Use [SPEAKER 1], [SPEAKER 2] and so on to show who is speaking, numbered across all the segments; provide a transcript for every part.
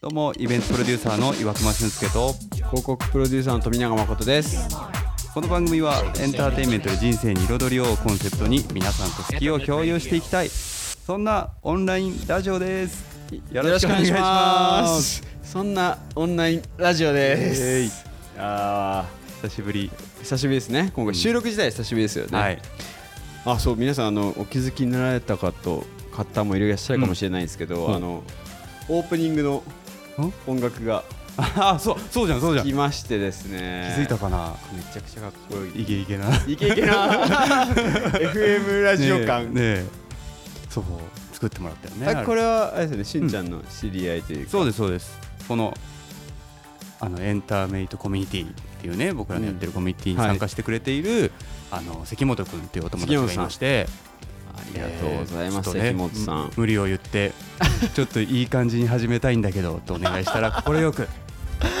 [SPEAKER 1] どうもイベントプロデューサーの岩隈俊介と
[SPEAKER 2] 広告プロデューサーの富永誠です
[SPEAKER 1] この番組はエンターテインメントで人生に彩りをコンセプトに皆さんと好きを共有していきたいそんなオンラインラジオですよろしくお願いします
[SPEAKER 2] そんなオンラインラジオです、
[SPEAKER 1] えい
[SPEAKER 2] あ
[SPEAKER 1] 久しぶり、
[SPEAKER 2] ー久しぶりですね今回収録自体久しぶりですよね、
[SPEAKER 1] はい
[SPEAKER 2] あそう皆さんあのお気づきになられたかと方もいらっしゃるかもしれないですけど、
[SPEAKER 1] うん
[SPEAKER 2] あのオープニングの音楽が
[SPEAKER 1] あそうそうじゃんそうじゃん
[SPEAKER 2] 来
[SPEAKER 1] 気
[SPEAKER 2] ましてですね
[SPEAKER 1] づいたかな
[SPEAKER 2] めちゃくちゃかっこいい
[SPEAKER 1] いけいけな
[SPEAKER 2] イケイケ な FM ラジオ感、
[SPEAKER 1] ねえねえそう作ってもらったよねあ
[SPEAKER 2] あ
[SPEAKER 1] れ
[SPEAKER 2] これはあれですねしんちゃんの知り合いというか、
[SPEAKER 1] そうですそうですこのあのエンターメイトコミュニティっていうね僕らのやってるコミュニティに
[SPEAKER 2] はい
[SPEAKER 1] 参加してくれている、あの関本君っていうお友達
[SPEAKER 2] 関本
[SPEAKER 1] が
[SPEAKER 2] さん
[SPEAKER 1] いまして
[SPEAKER 2] ありがとうございます、
[SPEAKER 1] えー
[SPEAKER 2] 関本
[SPEAKER 1] ちょっ
[SPEAKER 2] さ
[SPEAKER 1] とねむ
[SPEAKER 2] ん
[SPEAKER 1] 無理を言って ちょっといい感じに始めたいんだけどとお願いした ら快く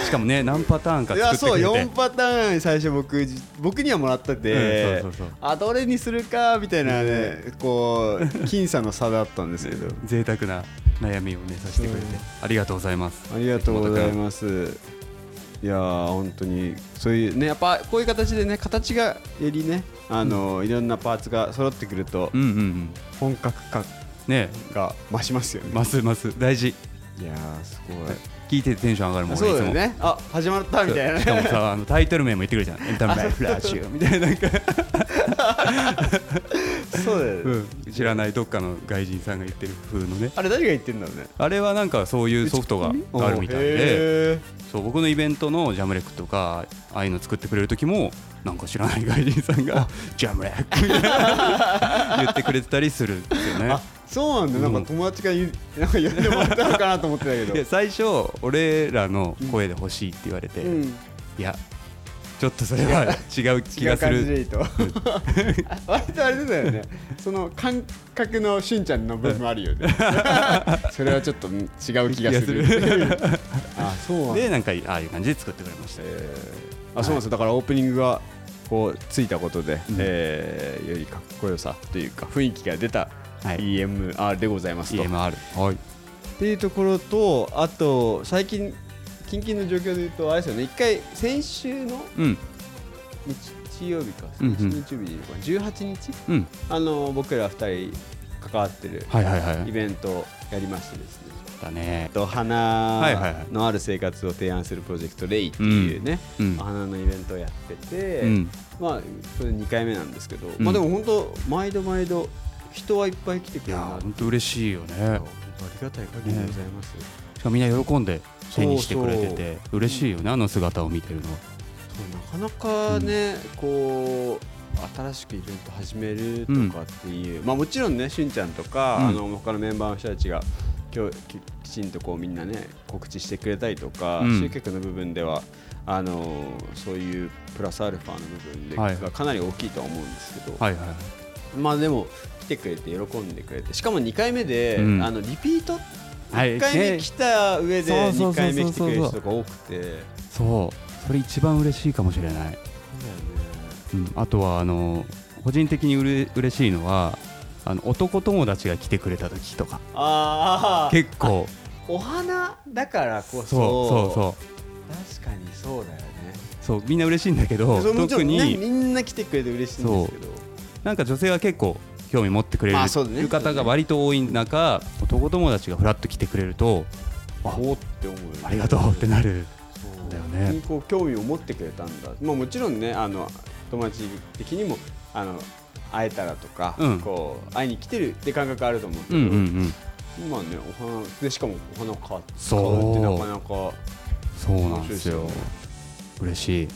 [SPEAKER 1] しかもね何パターンか
[SPEAKER 2] い
[SPEAKER 1] 作
[SPEAKER 2] や
[SPEAKER 1] ってく
[SPEAKER 2] そう
[SPEAKER 1] れて
[SPEAKER 2] 4パターン最初僕じ僕にはもらってて、
[SPEAKER 1] うんそうそうそう
[SPEAKER 2] あどれにするかみたいなね、こう僅差の差だったんですけど
[SPEAKER 1] 贅沢な悩みをねさせてくれて
[SPEAKER 2] うん
[SPEAKER 1] ありがとうございます
[SPEAKER 2] ありがとうございますいやー本当にそういうねやっぱこういう形でね形がよりねあの、いろんなパーツが揃ってくると
[SPEAKER 1] うんうんうん
[SPEAKER 2] 本格感
[SPEAKER 1] ね
[SPEAKER 2] が増しますよね、
[SPEAKER 1] ますます大事
[SPEAKER 2] いやーすご
[SPEAKER 1] 聞いててテンション上がるもん
[SPEAKER 2] い
[SPEAKER 1] 俺
[SPEAKER 2] そうだ
[SPEAKER 1] いつ
[SPEAKER 2] よ
[SPEAKER 1] も
[SPEAKER 2] ねあ始まったみたいな
[SPEAKER 1] しかもさあのタイトル名も言ってくるじゃん「エン タメラジオ」みたいななんか、
[SPEAKER 2] そうだよね、
[SPEAKER 1] 知らないどっかの外人さんが言ってる風のね
[SPEAKER 2] あれ誰が言ってんだろうね
[SPEAKER 1] あれはなんかそういうソフトがあるみたいで
[SPEAKER 2] へー
[SPEAKER 1] そう僕のイベントのジャムレックとかああいうの作ってくれる時もなんか知らない外人さんが「ジャムレック」みたいな言ってくれてたりするんですよね
[SPEAKER 2] あ。そうなんだ、なんか友達が言うなんか呼んでもらったのかなと思ってたけ ど
[SPEAKER 1] いや最初俺らの声で欲しいって言われて、
[SPEAKER 2] うん、
[SPEAKER 1] いやちょっとそれは違う気がす
[SPEAKER 2] 違う感じで
[SPEAKER 1] る
[SPEAKER 2] いいと 割とあれだよねその感覚のしんちゃんの部分もあ るよねそれはちょっとうん違う気がする
[SPEAKER 1] 気
[SPEAKER 2] あそうなんだ
[SPEAKER 1] でなんかああいう感じで作ってくれました、
[SPEAKER 2] えーあそうなんですよだからオープニングがこうついたことで、
[SPEAKER 1] うん
[SPEAKER 2] えーよりかっこよさというか雰囲気が出た
[SPEAKER 1] はい
[SPEAKER 2] EMR でございますと、
[SPEAKER 1] EMR はい
[SPEAKER 2] っていうところとあと最近近々の状況で言うとあれですよね一回先週の
[SPEAKER 1] うん
[SPEAKER 2] 日曜日か、
[SPEAKER 1] うんうん
[SPEAKER 2] 日曜日でいいのかな18日
[SPEAKER 1] うん
[SPEAKER 2] あの僕ら2人関わってる
[SPEAKER 1] はいはいは
[SPEAKER 2] イ
[SPEAKER 1] い
[SPEAKER 2] ベントをやりましてですね
[SPEAKER 1] だね
[SPEAKER 2] と
[SPEAKER 1] いはい
[SPEAKER 2] 花
[SPEAKER 1] はい
[SPEAKER 2] のある生活を提案するプロジェクト「レイっていうね、
[SPEAKER 1] うん
[SPEAKER 2] お花のイベントをやってて、
[SPEAKER 1] うん
[SPEAKER 2] まあそれ2回目なんですけど、
[SPEAKER 1] ん
[SPEAKER 2] まあでも本当毎度毎度人はいっぱい来てく
[SPEAKER 1] い
[SPEAKER 2] れ
[SPEAKER 1] や
[SPEAKER 2] るな
[SPEAKER 1] 本当嬉しいよね
[SPEAKER 2] 本当ありがたい限りでございます、
[SPEAKER 1] しかもみんな喜んで手にしてくれてて嬉しいよねあの姿を見てるの
[SPEAKER 2] そうなかなかね、こう新しくイベント始めるとかっていう、まあ、もちろんねしんちゃんとか、
[SPEAKER 1] うん
[SPEAKER 2] あの他のメンバーの人たちが今日ききちんとこうみんなね告知してくれたりとか、
[SPEAKER 1] うん
[SPEAKER 2] 集客の部分ではあのーそういうプラスアルファの部分で、
[SPEAKER 1] はい
[SPEAKER 2] がかなり大きいとは思うんですけど、
[SPEAKER 1] はいはい
[SPEAKER 2] まあでも来てくれて喜んでくれてしかも2回目で、
[SPEAKER 1] うん
[SPEAKER 2] あのリピート
[SPEAKER 1] はい
[SPEAKER 2] 1回目来た上で
[SPEAKER 1] ねそうそうそうそうそう
[SPEAKER 2] 2回目来てくれる人が多くて。
[SPEAKER 1] そうそれ一番嬉しいかもしれない、うん、あとはあの個人的にうれ嬉しいのはあの男友達が来てくれた時とか
[SPEAKER 2] ああ
[SPEAKER 1] 結構
[SPEAKER 2] お花だから
[SPEAKER 1] そ
[SPEAKER 2] こそ
[SPEAKER 1] うそうそう
[SPEAKER 2] 確かにそうだよね
[SPEAKER 1] そうみんな嬉しいんだけど
[SPEAKER 2] そうもちろ
[SPEAKER 1] 特
[SPEAKER 2] んね
[SPEAKER 1] に
[SPEAKER 2] みんな来てくれて嬉しいんですけど
[SPEAKER 1] なんか女性は結構興味持ってくれる
[SPEAKER 2] まあそうだね
[SPEAKER 1] いう方が割と多い中男友達がフラッと来てくれるとあ
[SPEAKER 2] おーって思うよね
[SPEAKER 1] ありがとうってなる
[SPEAKER 2] そうん
[SPEAKER 1] だよね
[SPEAKER 2] 本当にこう興味を持ってくれたんだまあもちろんねあの友達的にもあの会えたらとか、
[SPEAKER 1] うん
[SPEAKER 2] こう会いに来てるって感覚あると思うけ
[SPEAKER 1] う
[SPEAKER 2] ど、
[SPEAKER 1] んうんうん
[SPEAKER 2] 今ねお花でしかもお花買う
[SPEAKER 1] そう
[SPEAKER 2] 買うってなかなか
[SPEAKER 1] そうなんですよ
[SPEAKER 2] 面白いですよね
[SPEAKER 1] 嬉しい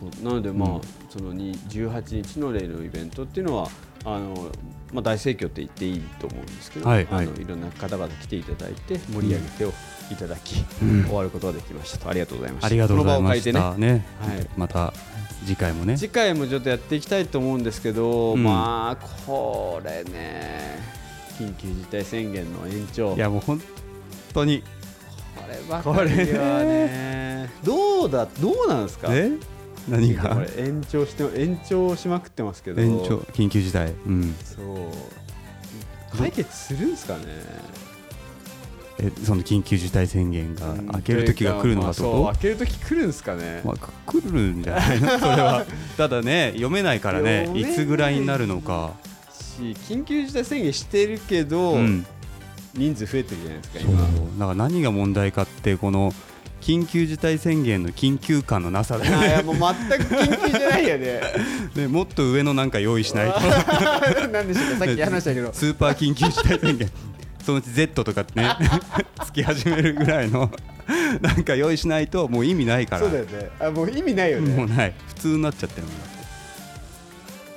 [SPEAKER 2] そうなので、まあ
[SPEAKER 1] うん
[SPEAKER 2] そのに18日の例のイベントっていうのはあの、まあ、大盛況って言っていいと思うんですけど、
[SPEAKER 1] はいはい
[SPEAKER 2] あのいろんな方々来ていただいて盛り上げてをいただき、
[SPEAKER 1] ん
[SPEAKER 2] 終わることができましたとありがとうございました
[SPEAKER 1] ありがとうござい
[SPEAKER 2] この場
[SPEAKER 1] ま
[SPEAKER 2] を借り
[SPEAKER 1] して
[SPEAKER 2] ね
[SPEAKER 1] たね
[SPEAKER 2] はい
[SPEAKER 1] また次回もね
[SPEAKER 2] 次回もちょっとやっていきたいと思うんですけど、
[SPEAKER 1] うん
[SPEAKER 2] まあこれね緊急事態宣言の延長
[SPEAKER 1] いやもう本当に
[SPEAKER 2] こればかりはねどうだどうなんですか
[SPEAKER 1] え何
[SPEAKER 2] こ
[SPEAKER 1] が
[SPEAKER 2] れ延長して延長しまくってますけど
[SPEAKER 1] 延長緊急事態うん
[SPEAKER 2] そう解決するんですかね
[SPEAKER 1] えその緊急事態宣言が明ける時が来るのかと
[SPEAKER 2] そう開ける時来るんですかね、
[SPEAKER 1] まあ、く来るんじゃない のそれはただね読めないからね
[SPEAKER 2] 読め
[SPEAKER 1] い
[SPEAKER 2] ない
[SPEAKER 1] つぐらいになるのか、
[SPEAKER 2] し緊急事態宣言してるけど、
[SPEAKER 1] うん、
[SPEAKER 2] 人数増えてるじゃないですか
[SPEAKER 1] そう
[SPEAKER 2] 今
[SPEAKER 1] だから何が問題かってこの緊急事態宣言の緊急感のなさだよ
[SPEAKER 2] あーい
[SPEAKER 1] ね
[SPEAKER 2] やもう全く緊急じゃないよね
[SPEAKER 1] ねもっと上のなんか用意しないと
[SPEAKER 2] なんでしょうかさっき話したけど
[SPEAKER 1] スーパー緊急事態宣言そのうち Z とか ってねつき始めるぐらいのなんか用意しないともう意味ないから
[SPEAKER 2] そうだよねあもう意味ないよ
[SPEAKER 1] もう
[SPEAKER 2] ね
[SPEAKER 1] ない普通になっちゃってるもんだ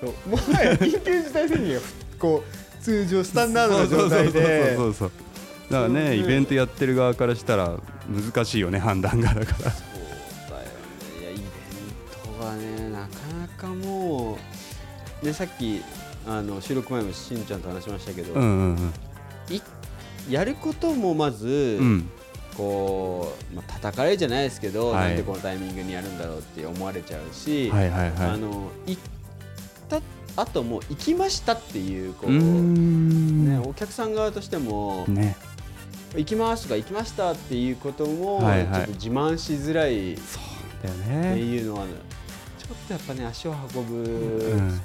[SPEAKER 2] そうもはや緊急事態宣言がこう通常スタンダードな状態で
[SPEAKER 1] そうそうそうそうそうだから
[SPEAKER 2] そう
[SPEAKER 1] ね
[SPEAKER 2] ね
[SPEAKER 1] イベントやってる側からしたら難しいよね判断がだから
[SPEAKER 2] そうだよねいやイベントがねなかなかもうでさっきあの収録前もしんちゃんと話しましたけど、
[SPEAKER 1] うんうん
[SPEAKER 2] いやることもまず、
[SPEAKER 1] うんうん
[SPEAKER 2] こう、まあ、叩かれるじゃないですけど、
[SPEAKER 1] はい
[SPEAKER 2] なんでこのタイミングにやるんだろうって思われちゃうし、
[SPEAKER 1] はいはいはい
[SPEAKER 2] あの行ったあともう行きましたっていうこ
[SPEAKER 1] うー
[SPEAKER 2] う、ね、
[SPEAKER 1] ん
[SPEAKER 2] お客さん側としても、
[SPEAKER 1] ね
[SPEAKER 2] 行きますとか行きましたっていうことも、
[SPEAKER 1] はいはい
[SPEAKER 2] ちょっと自慢しづらいっ
[SPEAKER 1] だよね
[SPEAKER 2] ていうのは、ちょっとやっぱね足を運ぶ、
[SPEAKER 1] うん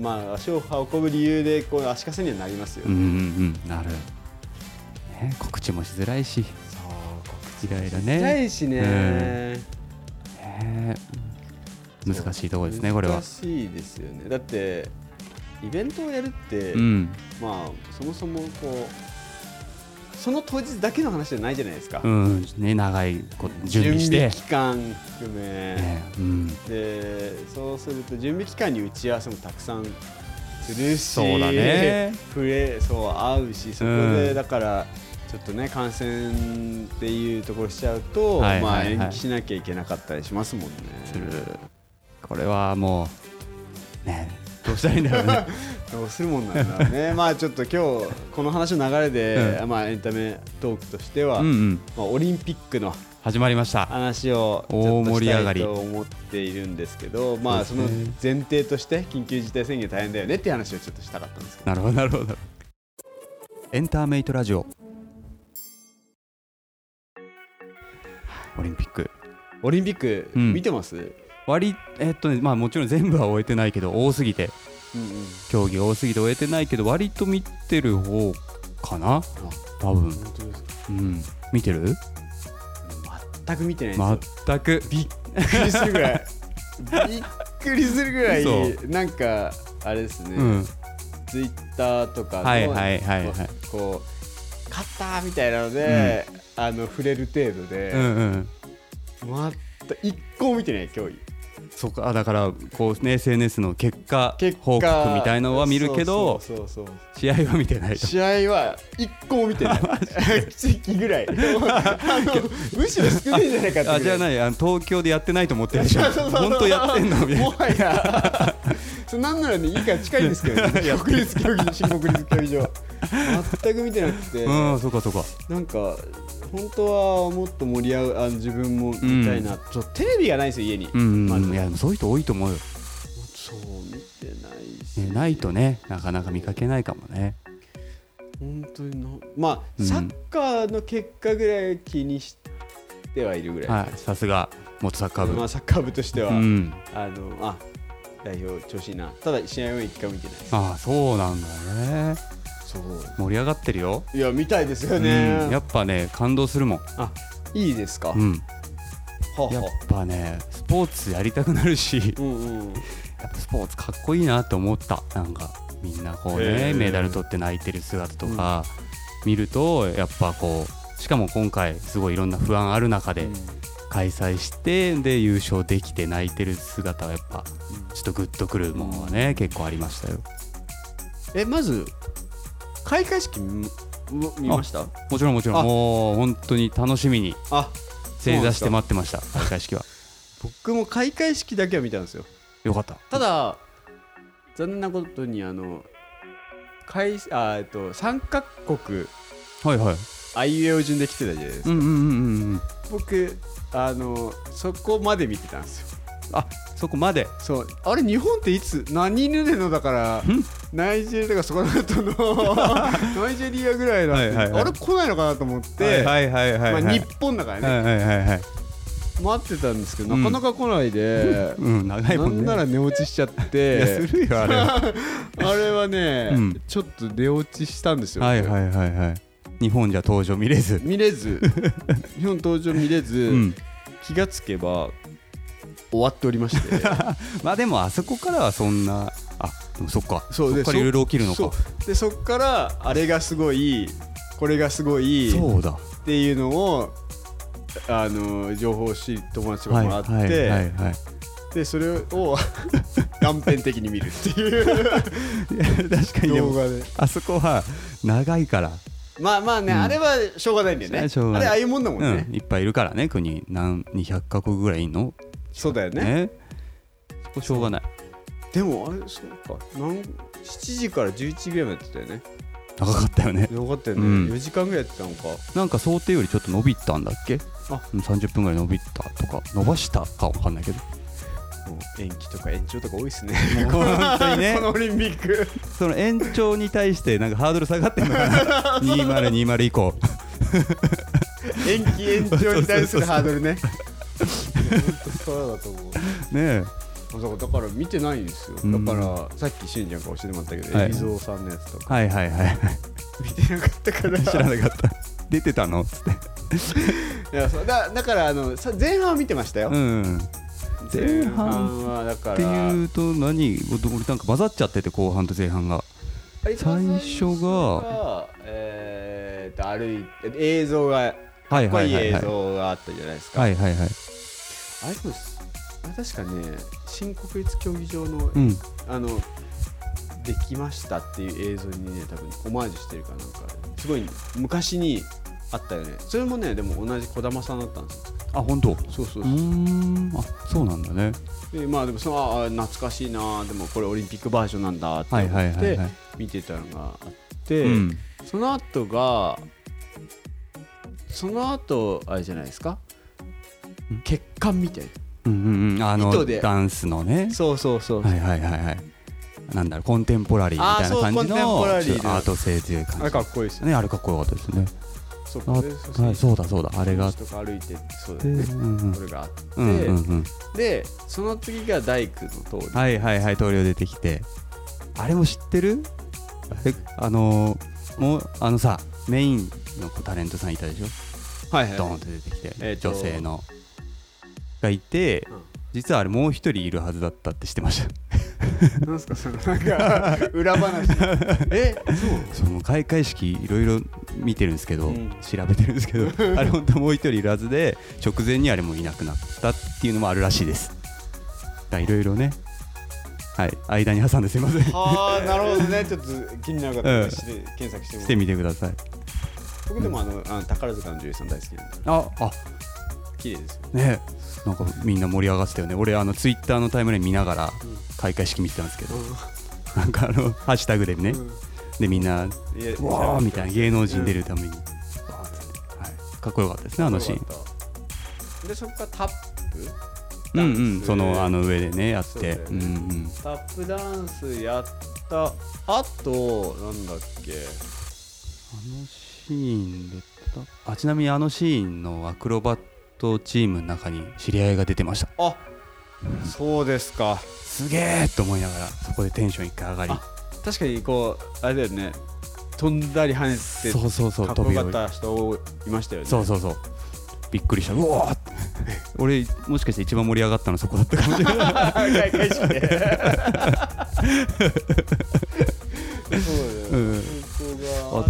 [SPEAKER 2] まあ足を運ぶ理由でこう足かせにはなりますよ、
[SPEAKER 1] うんうんうんなるね告知もしづらいしイライラね
[SPEAKER 2] 痛いしね、
[SPEAKER 1] ね難しいところですねこれは
[SPEAKER 2] 難しいですよねだってイベントをやるって、
[SPEAKER 1] うん
[SPEAKER 2] まあそもそもこうその当日だけの話じゃないじゃないですか、
[SPEAKER 1] うんね長いこ準備して
[SPEAKER 2] 準期間含め、
[SPEAKER 1] ねうん
[SPEAKER 2] でそうすると準備期間に打ち合わせもたくさんするし
[SPEAKER 1] そうだね
[SPEAKER 2] 触れそう合うしそこ
[SPEAKER 1] う
[SPEAKER 2] で
[SPEAKER 1] ん
[SPEAKER 2] だから、ちょっとね感染っていうところしちゃうと、
[SPEAKER 1] はいはいはい
[SPEAKER 2] まあ、延期しなきゃいけなかったりしますもんね。
[SPEAKER 1] するこれはもうねどうしたらいいんだろうね
[SPEAKER 2] どうするもんなんだろ うねまあちょっと今日この話の流れで、
[SPEAKER 1] う
[SPEAKER 2] まあエンタメトークとしては、
[SPEAKER 1] うんうん
[SPEAKER 2] まあ、オリンピックの
[SPEAKER 1] 始まりました
[SPEAKER 2] 話をちょっと
[SPEAKER 1] 大盛
[SPEAKER 2] し
[SPEAKER 1] り上
[SPEAKER 2] た
[SPEAKER 1] が
[SPEAKER 2] い
[SPEAKER 1] り
[SPEAKER 2] と思っているんですけどまあ
[SPEAKER 1] そ
[SPEAKER 2] そう
[SPEAKER 1] で
[SPEAKER 2] の
[SPEAKER 1] すね
[SPEAKER 2] 前提として緊急事態宣言大変だよねっていう話をちょっとしたかったんですけど
[SPEAKER 1] なるほどなるほどエンターメイトラジオオリンピック
[SPEAKER 2] オリンピック
[SPEAKER 1] うん
[SPEAKER 2] 見てます、うん
[SPEAKER 1] 割りえっとねまあもちろん全部は終えてないけど多すぎて
[SPEAKER 2] うん
[SPEAKER 1] 競技多すぎて終えてないけど割と見てる方かな多分
[SPEAKER 2] 本当ですか
[SPEAKER 1] うん見てる
[SPEAKER 2] 全く見てないんですよ、
[SPEAKER 1] 全くび
[SPEAKER 2] びっくりするぐらいびっくりするぐら
[SPEAKER 1] 嘘
[SPEAKER 2] いなんかあれですね、
[SPEAKER 1] うん
[SPEAKER 2] ツイッターとかの、
[SPEAKER 1] はいはいはいはい
[SPEAKER 2] こうこう勝ったみたいなので、あの触れる程度
[SPEAKER 1] う
[SPEAKER 2] で、
[SPEAKER 1] んうん
[SPEAKER 2] 全く一個も見てない競技
[SPEAKER 1] そうかあだからこうね SNS の結果
[SPEAKER 2] 結果
[SPEAKER 1] 報告みたいなのは見るけど
[SPEAKER 2] そうそうそうそう
[SPEAKER 1] 試合は見てないと
[SPEAKER 2] 試合は一個も見てない 奇跡ぐらいあのむしろ少ないんじゃないかってぐらい
[SPEAKER 1] あじゃあないあの東京でやってないと思ってるでしょ
[SPEAKER 2] そうそうそう
[SPEAKER 1] 本当やってんのみたい
[SPEAKER 2] も
[SPEAKER 1] な
[SPEAKER 2] はやそうなんならねいいから近いんですけど ね国立競技新国立競技場全く見てなくて、
[SPEAKER 1] うんそうかそうか
[SPEAKER 2] なんか本当はもっと盛り上があの自分も見たいな、ちょっとテレビがないんですよ家に、
[SPEAKER 1] うん、
[SPEAKER 2] まず
[SPEAKER 1] うん、いやでもそういう人多いと思うよ、
[SPEAKER 2] そう見てないし、
[SPEAKER 1] ね、ないとねなかなか見かけないかもね
[SPEAKER 2] 本当になま
[SPEAKER 1] う
[SPEAKER 2] あ
[SPEAKER 1] ん
[SPEAKER 2] サッカーの結果ぐらい気にしてはいるぐらい、
[SPEAKER 1] はいさすが元サッカー部、
[SPEAKER 2] まあ、サッカー部としては、
[SPEAKER 1] うん
[SPEAKER 2] あのあ代表調子いいなただ試合は一回も見てない
[SPEAKER 1] ああそうなんだね
[SPEAKER 2] そう
[SPEAKER 1] 盛り上がってるよ、
[SPEAKER 2] いや見たいですよね、
[SPEAKER 1] うん、やっぱね感動するもん、
[SPEAKER 2] あいいですか、
[SPEAKER 1] う
[SPEAKER 2] は
[SPEAKER 1] ん、
[SPEAKER 2] あはあ
[SPEAKER 1] やっぱねスポーツやりたくなるし
[SPEAKER 2] うんうん
[SPEAKER 1] やっぱスポーツかっこいいなと思ったなんかみんなこうね
[SPEAKER 2] へー
[SPEAKER 1] メダル取って泣いてる姿とか見るとやっぱこうしかも今回すごいいろんな不安ある中で開催してで優勝できて泣いてる姿はやっぱちょっとグッとくるものはね結構ありましたよ
[SPEAKER 2] えまず開会式見見ました
[SPEAKER 1] もちろんもちろ
[SPEAKER 2] あ
[SPEAKER 1] んもう本当に楽しみに
[SPEAKER 2] あ
[SPEAKER 1] 正座して待ってました開会式は
[SPEAKER 2] 僕も開会式だけは見たんですよ
[SPEAKER 1] よかった
[SPEAKER 2] ただ残念なことにあの開あえっと三角国
[SPEAKER 1] はいはい
[SPEAKER 2] あいうえお順で来てたじゃないです
[SPEAKER 1] う
[SPEAKER 2] か、
[SPEAKER 1] んうんうんうんうん
[SPEAKER 2] 僕あのそこまで見てたんですよ
[SPEAKER 1] あそこまで
[SPEAKER 2] そうあれ日本っていつ何ヌネのだからナイジェリアとかそこの後 のナイジェリアぐらいだっ
[SPEAKER 1] は
[SPEAKER 2] て、
[SPEAKER 1] いはいはい
[SPEAKER 2] あれ来ないのかなと思っ
[SPEAKER 1] は
[SPEAKER 2] て、
[SPEAKER 1] いはいはいはい
[SPEAKER 2] まあ、
[SPEAKER 1] はい
[SPEAKER 2] 日本だからね、
[SPEAKER 1] はいはいはいはい
[SPEAKER 2] 待ってたんですけど、
[SPEAKER 1] うん
[SPEAKER 2] なかなか来ないで、
[SPEAKER 1] うん長いもんね
[SPEAKER 2] なんなら寝落ちしちゃっ
[SPEAKER 1] い
[SPEAKER 2] て
[SPEAKER 1] やするよあれ は
[SPEAKER 2] あれはね、
[SPEAKER 1] うん
[SPEAKER 2] ちょっと寝落ちしたんですよ、
[SPEAKER 1] はいはいはいはい日本じゃ登場見れず
[SPEAKER 2] 見 れず日本登場見れず、
[SPEAKER 1] うん
[SPEAKER 2] 気がつけば終わっておりまして
[SPEAKER 1] まあでもあそこからはそんなあでもそっか
[SPEAKER 2] そう
[SPEAKER 1] っ
[SPEAKER 2] で
[SPEAKER 1] からいろいろ起きるのか
[SPEAKER 2] そうでそっからあれがすごいこれがすごいっ
[SPEAKER 1] そうだ
[SPEAKER 2] ていうのをあの情報を知り友達がもらって、
[SPEAKER 1] はいはいはいはい
[SPEAKER 2] でそれを 断片的に見るっていう
[SPEAKER 1] いや確か にで
[SPEAKER 2] 動
[SPEAKER 1] も
[SPEAKER 2] 画で
[SPEAKER 1] あそこは長いから、
[SPEAKER 2] まあまあね、あれはしょうがないんだよね
[SPEAKER 1] しょうがな
[SPEAKER 2] あ
[SPEAKER 1] い
[SPEAKER 2] れああいうもんだもんね、
[SPEAKER 1] うん、いっぱいいるからね国何200カ国ぐらいいんの
[SPEAKER 2] そうだよね
[SPEAKER 1] ねそこしょうがない
[SPEAKER 2] でもあれそうかなん7時から11時ぐらいまでやってたよね
[SPEAKER 1] 長かったよね
[SPEAKER 2] よかったよね、
[SPEAKER 1] うん
[SPEAKER 2] 4時間ぐらいやってたのか
[SPEAKER 1] なんか想定よりちょっと伸びたんだっけ
[SPEAKER 2] あ
[SPEAKER 1] うん30分ぐらい伸びたとか伸ばしたかわかんない けど
[SPEAKER 2] もう延期とか延長とか多いっすね
[SPEAKER 1] 本当にね
[SPEAKER 2] このオリンピック
[SPEAKER 1] その延長に対してなんかハードル下がってんのか な2020以降
[SPEAKER 2] 延期延長に対するハードルねそうだと思う
[SPEAKER 1] ね
[SPEAKER 2] そうだから見てないんですよ、
[SPEAKER 1] うん
[SPEAKER 2] だからさっきしんちゃんから教えてもらったけど
[SPEAKER 1] はい
[SPEAKER 2] 海老蔵さんのやつとか
[SPEAKER 1] はいはいはい
[SPEAKER 2] 見てなかった から
[SPEAKER 1] 知らなかった出てたのつって
[SPEAKER 2] いやそうだだからあのさ前半は見てましたよ、
[SPEAKER 1] うん前半
[SPEAKER 2] はだか
[SPEAKER 1] っ
[SPEAKER 2] ら
[SPEAKER 1] ていうと何俺なんか混ざっちゃってて後半と前半が
[SPEAKER 2] 最
[SPEAKER 1] 最初が
[SPEAKER 2] えー、と歩いて映像が
[SPEAKER 1] は
[SPEAKER 2] かっこいい映
[SPEAKER 1] はいは
[SPEAKER 2] 像があったじゃないですか、
[SPEAKER 1] いはいはい
[SPEAKER 2] あれそうですあれ確かね新国立競技場の、
[SPEAKER 1] うん
[SPEAKER 2] あのできましたっていう映像にね多分オマージュしてるかなんかすごい昔にあったよねそれもねでも同じ児玉さんだったんですよ
[SPEAKER 1] あ本当う
[SPEAKER 2] そうそう
[SPEAKER 1] ーん
[SPEAKER 2] そ
[SPEAKER 1] あそうなんだね
[SPEAKER 2] うでまあでもそのああ懐かしいなでもこれオリンピックバージョンなんだって
[SPEAKER 1] は
[SPEAKER 2] 思
[SPEAKER 1] いはいはい
[SPEAKER 2] っ
[SPEAKER 1] はい
[SPEAKER 2] て見てたのがあって、
[SPEAKER 1] うん
[SPEAKER 2] その後がその後あれじゃないですか
[SPEAKER 1] ん
[SPEAKER 2] 血管みたい
[SPEAKER 1] うんうんうんあの
[SPEAKER 2] 糸で
[SPEAKER 1] ダンスのね
[SPEAKER 2] なそうそうそう、
[SPEAKER 1] はいはいはいはいなんだろうコンテンポラリーみたいな感じ
[SPEAKER 2] あーそうコンテン
[SPEAKER 1] の
[SPEAKER 2] ポラリー
[SPEAKER 1] ちょっとアート性という
[SPEAKER 2] あ
[SPEAKER 1] 感
[SPEAKER 2] れ
[SPEAKER 1] じ
[SPEAKER 2] かっこいいですよね
[SPEAKER 1] ねあれかっこよかったですね
[SPEAKER 2] そう
[SPEAKER 1] あ
[SPEAKER 2] かねそうそう
[SPEAKER 1] はいそうだそうだあれがあっ
[SPEAKER 2] 道とか歩いてそうだ
[SPEAKER 1] て
[SPEAKER 2] よ
[SPEAKER 1] うん
[SPEAKER 2] ね
[SPEAKER 1] うん
[SPEAKER 2] これがあって、
[SPEAKER 1] うんうんうん
[SPEAKER 2] でその次が大工の通り、
[SPEAKER 1] はいはいはい棟梁出てきてあれも知ってるえあのーもうあのさメインの子タレントさんいたでしょ
[SPEAKER 2] はいはい
[SPEAKER 1] ドーンって出てきて、
[SPEAKER 2] えーと
[SPEAKER 1] 女性のがいて、
[SPEAKER 2] うん
[SPEAKER 1] 実はあれもう一人いるはずだったって知ってました
[SPEAKER 2] なんすかそのなん か裏話えそう
[SPEAKER 1] その開会式いろいろ見てるんですけど、
[SPEAKER 2] うん
[SPEAKER 1] 調べてるんです けどあれ本当もう一人いるはずで直前にあれもいなくなったっていうのもあるらしいですだいろいろねはい間に挟んですいません
[SPEAKER 2] はあなるほどねちょっと気になる方
[SPEAKER 1] うん
[SPEAKER 2] はして検索しても
[SPEAKER 1] し
[SPEAKER 2] らって
[SPEAKER 1] みてください
[SPEAKER 2] 僕でもあのあの宝塚の女優さん大好きなんで
[SPEAKER 1] ああ
[SPEAKER 2] 綺麗ですよ
[SPEAKER 1] ねなんかみんな盛り上がってたよね俺あのツイッターのタイムライン見ながら
[SPEAKER 2] うん
[SPEAKER 1] 開会式見てたんですけど、なんかあのハッシュタグでね、でみんな
[SPEAKER 2] うんいや
[SPEAKER 1] うわーみたいな芸能人出るために、はい、かっこよかったですねあのシーン
[SPEAKER 2] でそこからタップ
[SPEAKER 1] うん
[SPEAKER 2] ダ
[SPEAKER 1] う
[SPEAKER 2] ン
[SPEAKER 1] ん
[SPEAKER 2] ス
[SPEAKER 1] そのあの上でねやっ
[SPEAKER 2] そう
[SPEAKER 1] て
[SPEAKER 2] だよ
[SPEAKER 1] う,、
[SPEAKER 2] ね
[SPEAKER 1] んうん
[SPEAKER 2] タップダンスやったあとなんだっけ
[SPEAKER 1] あのシーンであちなみにあのシーンのアクロバットチームの中に知り合いが出てました
[SPEAKER 2] あそうですか
[SPEAKER 1] すげえと思いながらそこでテンション一回上がり
[SPEAKER 2] あ確かにこうあれだよね飛んだり跳ねて
[SPEAKER 1] そうそうそう
[SPEAKER 2] かっこ
[SPEAKER 1] 飛び
[SPEAKER 2] よ
[SPEAKER 1] 降
[SPEAKER 2] かっ
[SPEAKER 1] り
[SPEAKER 2] た人いましたよね
[SPEAKER 1] そうそうそうびっくりしたうわーって 俺もしかして一番盛り上がったのそこだったかもしれない
[SPEAKER 2] 開会式でそうだよ、
[SPEAKER 1] うん
[SPEAKER 2] そこがあっ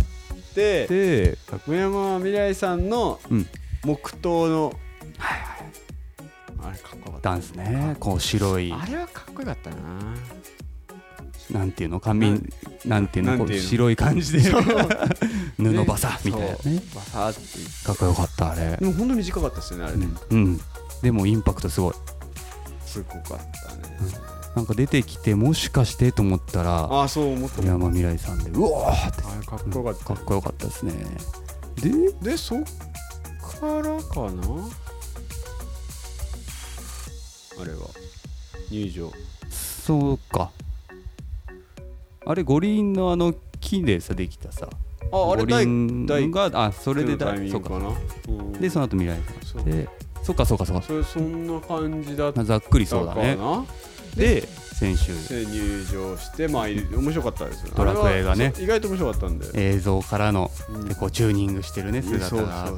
[SPEAKER 2] て
[SPEAKER 1] で、
[SPEAKER 2] 上山未来さんの
[SPEAKER 1] うん、
[SPEAKER 2] 黙祷のあれかっこよかった
[SPEAKER 1] ダンスねこう白い
[SPEAKER 2] あれはかっこよかったな
[SPEAKER 1] なんていうの髪
[SPEAKER 2] なん
[SPEAKER 1] なんていうの
[SPEAKER 2] なん
[SPEAKER 1] こ
[SPEAKER 2] て
[SPEAKER 1] う
[SPEAKER 2] いうの
[SPEAKER 1] 白い感じで 布バサみたいな
[SPEAKER 2] そう
[SPEAKER 1] ね
[SPEAKER 2] バサーっていう
[SPEAKER 1] かっこよかったあれ
[SPEAKER 2] でもほんと短かったですよねあれ
[SPEAKER 1] う
[SPEAKER 2] ね
[SPEAKER 1] ん、うん、でもインパクトすごい
[SPEAKER 2] すごかったね
[SPEAKER 1] なんか出てきてもしかしてと思ったら
[SPEAKER 2] ああそう思った
[SPEAKER 1] 鳥
[SPEAKER 2] もん
[SPEAKER 1] 山未来さんでうわーって
[SPEAKER 2] あれかっこよか
[SPEAKER 1] か
[SPEAKER 2] っ
[SPEAKER 1] っこよかったですねで
[SPEAKER 2] たでそっからかなあれは入場
[SPEAKER 1] そうかあれ五輪のあの木でさできたさ
[SPEAKER 2] ああれ
[SPEAKER 1] 五
[SPEAKER 2] 第
[SPEAKER 1] 輪
[SPEAKER 2] 第
[SPEAKER 1] があそれで
[SPEAKER 2] タ
[SPEAKER 1] だ
[SPEAKER 2] イミン
[SPEAKER 1] そ
[SPEAKER 2] グ
[SPEAKER 1] う
[SPEAKER 2] か
[SPEAKER 1] か
[SPEAKER 2] なうん
[SPEAKER 1] でその後未来
[SPEAKER 2] そう
[SPEAKER 1] でそっかそうかそうか
[SPEAKER 2] それそんな感じだった
[SPEAKER 1] まあざっくり
[SPEAKER 2] か
[SPEAKER 1] そうだ
[SPEAKER 2] な
[SPEAKER 1] ねで先週
[SPEAKER 2] で入場してまあい面白かったですよ
[SPEAKER 1] ドラクエがね
[SPEAKER 2] あれはそう意外と面白かったんで
[SPEAKER 1] 映像からの
[SPEAKER 2] うん
[SPEAKER 1] でこうチューニングしてるね
[SPEAKER 2] そう
[SPEAKER 1] 姿
[SPEAKER 2] そう
[SPEAKER 1] があっ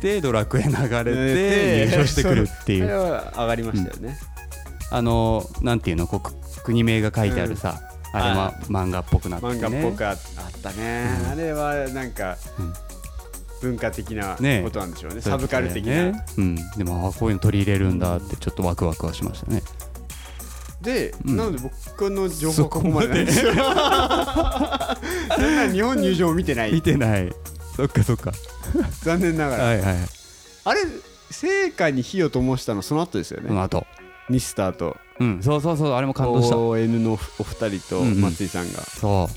[SPEAKER 1] てドラクエ流れて
[SPEAKER 2] ね
[SPEAKER 1] 入賞してくるってい
[SPEAKER 2] あれ
[SPEAKER 1] う
[SPEAKER 2] は上がりましたよね
[SPEAKER 1] あのなんていうのこうく国名が書いてあるさあれは漫画っぽくなって
[SPEAKER 2] 漫画っぽ
[SPEAKER 1] ね
[SPEAKER 2] くああったね
[SPEAKER 1] うん
[SPEAKER 2] あれはなんか
[SPEAKER 1] うん
[SPEAKER 2] 文化的な
[SPEAKER 1] ね
[SPEAKER 2] ことなんでしょうね
[SPEAKER 1] そうい
[SPEAKER 2] サ
[SPEAKER 1] うこ
[SPEAKER 2] ブ
[SPEAKER 1] とだ
[SPEAKER 2] カ
[SPEAKER 1] よ
[SPEAKER 2] ル的な
[SPEAKER 1] ねうんでもあこういうの取り入れるんだってちょっとワクワクはしましたね
[SPEAKER 2] で
[SPEAKER 1] うん
[SPEAKER 2] なので僕の情報はここまでな んですよそんな日本入場を見てな
[SPEAKER 1] 見
[SPEAKER 2] い
[SPEAKER 1] てないそっかそっか
[SPEAKER 2] 残念ながら
[SPEAKER 1] はいはい
[SPEAKER 2] あれ聖火に火を灯したのその後ですよ
[SPEAKER 1] この
[SPEAKER 2] ね
[SPEAKER 1] 後
[SPEAKER 2] ミスターと
[SPEAKER 1] うんそうそうそうあれも感動した
[SPEAKER 2] ON のお二人と
[SPEAKER 1] うんうん
[SPEAKER 2] 松井さんが
[SPEAKER 1] そ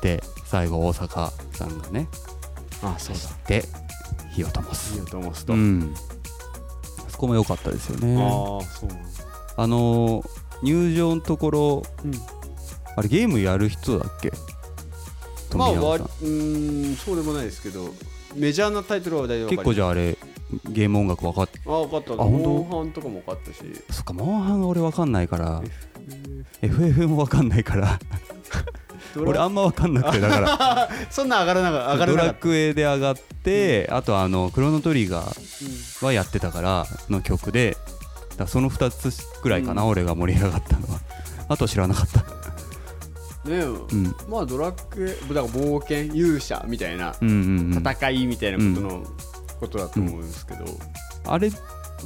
[SPEAKER 1] うで最後大阪さんがね
[SPEAKER 2] あ
[SPEAKER 1] そして火を灯す
[SPEAKER 2] 火を灯すと
[SPEAKER 1] う
[SPEAKER 2] あ
[SPEAKER 1] んそこも良かったですよ
[SPEAKER 2] あ
[SPEAKER 1] ね
[SPEAKER 2] そうなんだ
[SPEAKER 1] あのー入場のところあれゲームやる人だっけ
[SPEAKER 2] まあ
[SPEAKER 1] 富永
[SPEAKER 2] わ
[SPEAKER 1] さん
[SPEAKER 2] うーんそうでもないですけどメジャーなタイトルは大体分
[SPEAKER 1] 結
[SPEAKER 2] か
[SPEAKER 1] 構
[SPEAKER 2] り
[SPEAKER 1] じゃああれゲーム音楽分かって
[SPEAKER 2] あ分かった
[SPEAKER 1] あ本当
[SPEAKER 2] モンハンとかも分かったし
[SPEAKER 1] そっかモンハンが俺分かんないから FF も分かんないから
[SPEAKER 2] ドラ
[SPEAKER 1] 俺あんま分かんなくてだ から
[SPEAKER 2] そんな上がらなか上がら
[SPEAKER 1] ド
[SPEAKER 2] なか
[SPEAKER 1] ラ
[SPEAKER 2] っ
[SPEAKER 1] クエで上がって、あとあのクロノトリガー
[SPEAKER 2] た、うん
[SPEAKER 1] はやってたからの曲でだからその2つくらいかな、
[SPEAKER 2] うん
[SPEAKER 1] 俺が盛り上がったのはあとは知らなかった
[SPEAKER 2] ねえ
[SPEAKER 1] うんうん
[SPEAKER 2] まあドラクエだから冒険勇者みたいな
[SPEAKER 1] うん、うん、
[SPEAKER 2] 戦いみたいなことのことだと思うんですけど、
[SPEAKER 1] あれ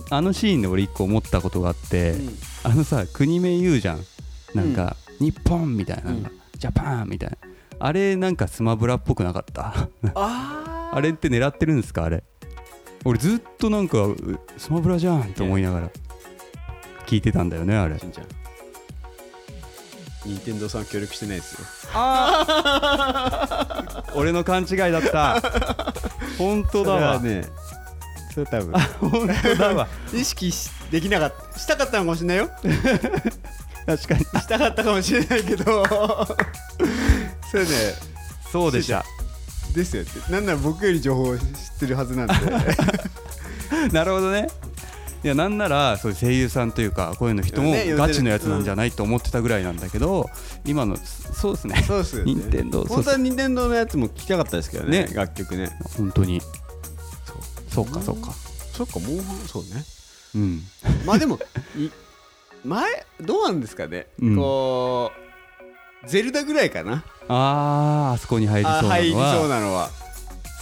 [SPEAKER 1] あのシーンで俺1個思ったことがあって、
[SPEAKER 2] うん
[SPEAKER 1] あのさ国名言うじゃんなんか、日本みたいなのが、ジャパンみたいなあれなんかスマブラっぽくなかった
[SPEAKER 2] あー
[SPEAKER 1] あれって狙ってるんですかあれ俺ずっとなんかうスマブラじゃんと思いながら聞いてたんだよねあれ
[SPEAKER 2] しんちゃん任天堂さんは協力してないですよ
[SPEAKER 1] 俺の勘違いだった 本当だわ、
[SPEAKER 2] それはねそれ多分
[SPEAKER 1] 本当だわ
[SPEAKER 2] 意識しできなかったしたかったのかもしれない よ
[SPEAKER 1] 確かに
[SPEAKER 2] したかったかもしれないけど それね
[SPEAKER 1] そうで した
[SPEAKER 2] ですよってなんなら僕より情報を知ってるはずなん で
[SPEAKER 1] なるほどねいやなんならそういう声優さんというかこういうの人も
[SPEAKER 2] ね呼んでる
[SPEAKER 1] ガチのやつなんじゃないと思ってたぐらいなんだけど今のそうですね
[SPEAKER 2] そうですよね
[SPEAKER 1] 任天堂
[SPEAKER 2] 本当は任天堂のやつも聞きたかったですけどね
[SPEAKER 1] ね
[SPEAKER 2] 楽曲ね
[SPEAKER 1] 本当にそうかそうか
[SPEAKER 2] そっかモンハンそうね
[SPEAKER 1] うん
[SPEAKER 2] まあでもい前どうなんですかね、
[SPEAKER 1] うん
[SPEAKER 2] こうゼルダぐらいかな
[SPEAKER 1] あーあそこに入りそう
[SPEAKER 2] あ入り
[SPEAKER 1] なの
[SPEAKER 2] そう
[SPEAKER 1] は
[SPEAKER 2] なのは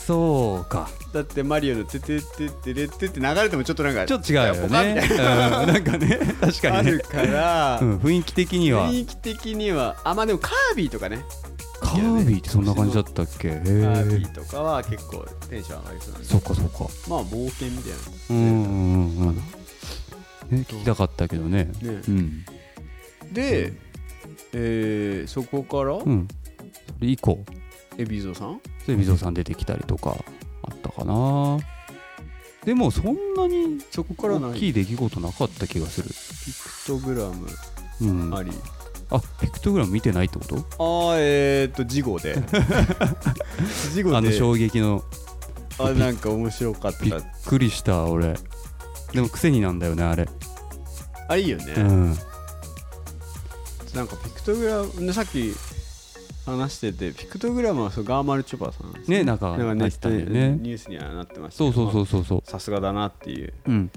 [SPEAKER 1] そうか
[SPEAKER 2] だってマリオの「ててててれって」って流れてもちょっとなんか
[SPEAKER 1] ちょっと違うよ
[SPEAKER 2] ポカみた
[SPEAKER 1] ね
[SPEAKER 2] い
[SPEAKER 1] うん
[SPEAKER 2] な
[SPEAKER 1] なんかね確か
[SPEAKER 2] あ
[SPEAKER 1] に
[SPEAKER 2] る
[SPEAKER 1] ね
[SPEAKER 2] から、
[SPEAKER 1] うん雰囲気的には
[SPEAKER 2] 雰囲気的にはあまあでもカービィとかね
[SPEAKER 1] カービィってそんな感じだったっけへ
[SPEAKER 2] カービ
[SPEAKER 1] え
[SPEAKER 2] ィとかは結構テンション上がりそうなんで
[SPEAKER 1] そっかそっか
[SPEAKER 2] まあ冒険みたいな
[SPEAKER 1] うんうんうんうんね聞きたかったけどね
[SPEAKER 2] ね
[SPEAKER 1] うん
[SPEAKER 2] で、えーそこから、
[SPEAKER 1] うんそれ以降
[SPEAKER 2] エビゾさん
[SPEAKER 1] で水尾さん出てきたりとかあったかなでもそんなに
[SPEAKER 2] そこからな
[SPEAKER 1] 大
[SPEAKER 2] い
[SPEAKER 1] き
[SPEAKER 2] ピ
[SPEAKER 1] い出来事なかった気がする、
[SPEAKER 2] クトグラム
[SPEAKER 1] うん、
[SPEAKER 2] あ
[SPEAKER 1] あ
[SPEAKER 2] り、
[SPEAKER 1] ピクトグラム見てないってこと
[SPEAKER 2] あーえー、っと事後 で事後で
[SPEAKER 1] あの衝撃の
[SPEAKER 2] あなんか面白かった
[SPEAKER 1] びっくりした俺でも癖になんだよねあれ
[SPEAKER 2] あいいよね、
[SPEAKER 1] うん
[SPEAKER 2] なんかピクトグラムねさっき話しててピクトグラムはそうガーマルチョパさんです
[SPEAKER 1] ねなんか
[SPEAKER 2] なんか
[SPEAKER 1] 入
[SPEAKER 2] ネ
[SPEAKER 1] っ
[SPEAKER 2] ッ
[SPEAKER 1] て
[SPEAKER 2] ト
[SPEAKER 1] たんだよ
[SPEAKER 2] で
[SPEAKER 1] ね
[SPEAKER 2] ニュースにはなってました
[SPEAKER 1] そうそうそううそうそ
[SPEAKER 2] さすがだなっていう
[SPEAKER 1] ううん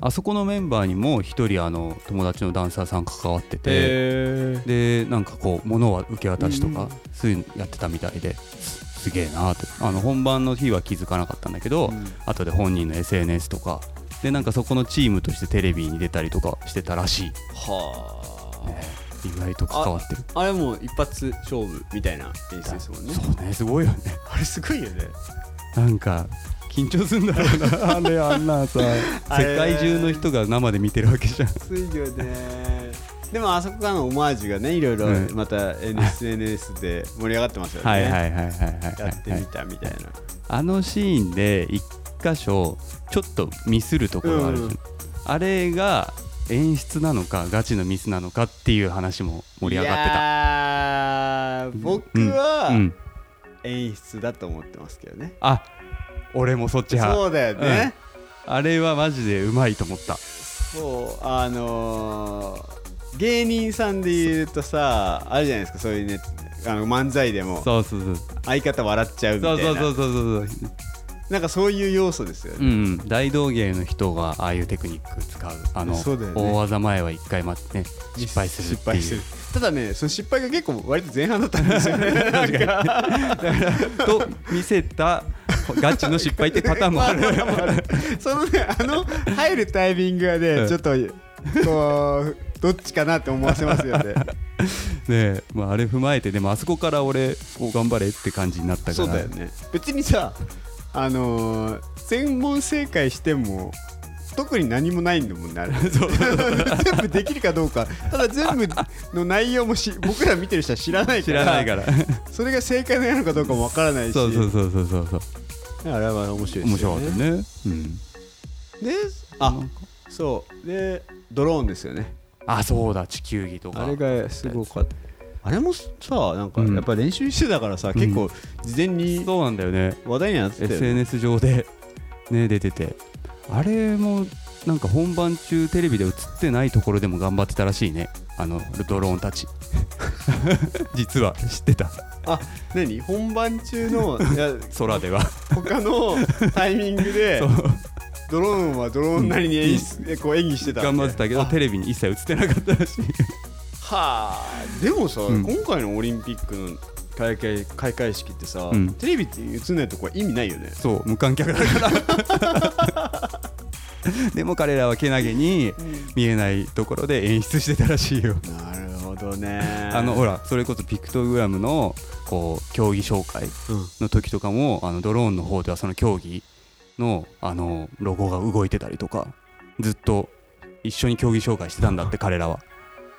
[SPEAKER 1] あそこのメンバーにも一人あの友達のダンサーさん関わってて
[SPEAKER 2] へ
[SPEAKER 1] でなんかこう物は受け渡しとか、
[SPEAKER 2] うん
[SPEAKER 1] そういうのやってたみたいですすげえなーってあの本番の日は気づかなかったんだけど、後で本人の SNS とかでなんかそこのチームとしてテレビに出たりとかしてたらしい
[SPEAKER 2] は
[SPEAKER 1] 意外と関わってる
[SPEAKER 2] ああれもう一発勝負みたいな演出ですもんね
[SPEAKER 1] そうねすごいよね
[SPEAKER 2] あれすごいよね
[SPEAKER 1] なんか緊張するんだろうな あれあんなさ
[SPEAKER 2] あれ
[SPEAKER 1] 世界中の人が生で見てるわけじゃん
[SPEAKER 2] すいよねでもあそこからのオマージュがねいろいろ
[SPEAKER 1] うん
[SPEAKER 2] また SNS で盛り上がってますよ ね、
[SPEAKER 1] はいはいはいはいはい
[SPEAKER 2] やって
[SPEAKER 1] は
[SPEAKER 2] み
[SPEAKER 1] い
[SPEAKER 2] たみたいな、
[SPEAKER 1] あのシーンで一箇所ちょっとミスるところあるじゃん、
[SPEAKER 2] うん
[SPEAKER 1] あれが演出なのかガチのミスなのかっていう話も盛り上がってた
[SPEAKER 2] た僕は
[SPEAKER 1] うん
[SPEAKER 2] 演出だと思ってますけどね、
[SPEAKER 1] あ俺もそっち
[SPEAKER 2] そ
[SPEAKER 1] 派
[SPEAKER 2] うだよね、
[SPEAKER 1] あれはマジでうまいと思った
[SPEAKER 2] そうあのー芸人さんで言うとさあるじゃないですかそういうねあの漫才でも
[SPEAKER 1] そうそうそう
[SPEAKER 2] 相方笑っちゃうみた
[SPEAKER 1] そ
[SPEAKER 2] いうな
[SPEAKER 1] そうそうそうそう
[SPEAKER 2] なんかそういう要素ですよね、
[SPEAKER 1] うんうん、大道芸の人がああいうテクニック使うあの
[SPEAKER 2] そうだよね
[SPEAKER 1] 大技前は一回待って、ね、失敗するっていう
[SPEAKER 2] 失敗するただねその失敗が結構割と前半だったんですよねなんか
[SPEAKER 1] と見せたガチの失敗ってパターンも ある
[SPEAKER 2] そのねあの入るタイミングが
[SPEAKER 1] う
[SPEAKER 2] ね
[SPEAKER 1] ん
[SPEAKER 2] ちょっとこうどっちかなって思わせま すよ
[SPEAKER 1] ね
[SPEAKER 2] ね
[SPEAKER 1] え、まあ、あれ踏まえてでもあそこから俺こう頑張れって感じになったから
[SPEAKER 2] そうだよね別にさあのー全問正解しても特に何もないんだもん ねあれ 全部できるかどうかただ全部の内容もし僕ら見てる人は知らないか
[SPEAKER 1] 知
[SPEAKER 2] ら
[SPEAKER 1] らない から
[SPEAKER 2] それが正解なのかどうかもわからないし
[SPEAKER 1] そうそうそうそうそうそう
[SPEAKER 2] あれは面白いで
[SPEAKER 1] 面
[SPEAKER 2] す
[SPEAKER 1] 白
[SPEAKER 2] よ
[SPEAKER 1] かっ
[SPEAKER 2] ね
[SPEAKER 1] たね、うん、
[SPEAKER 2] であそうでドローンですよね
[SPEAKER 1] あそうだ地球儀とか
[SPEAKER 2] あれがすごかったあれもさなんか
[SPEAKER 1] うん
[SPEAKER 2] やっぱ練習してたからさ、結構事前に
[SPEAKER 1] そうなんだよね
[SPEAKER 2] 話題になってたよね
[SPEAKER 1] SNS 上で、ね、出ててあれもなんか本番中テレビで映ってないところでも頑張ってたらしいねあのドローンたち 実は知ってた
[SPEAKER 2] あ何本番中のいや
[SPEAKER 1] 空では
[SPEAKER 2] 他のタイミング で
[SPEAKER 1] そう
[SPEAKER 2] ドローンはドローンなりに演出、こう演技してたわ
[SPEAKER 1] 頑張ってたけど
[SPEAKER 2] あ
[SPEAKER 1] テレビに一切映ってなかったらしい
[SPEAKER 2] はあでもさ、
[SPEAKER 1] ん
[SPEAKER 2] 今回のオリンピックの開会開会式ってさ、
[SPEAKER 1] うん
[SPEAKER 2] テレビって映んないとこは意味ないよね
[SPEAKER 1] そう無観客だから でも彼らはけなげに見えないところで演出してたらしいよ
[SPEAKER 2] なるほどね
[SPEAKER 1] あのほらそれこそピクトグラムのこう競技紹介
[SPEAKER 2] うん
[SPEAKER 1] の時とかもあのドローンの方ではその競技のあのロゴが動いてたりとかずっと一緒に競技紹介してたんだって彼らは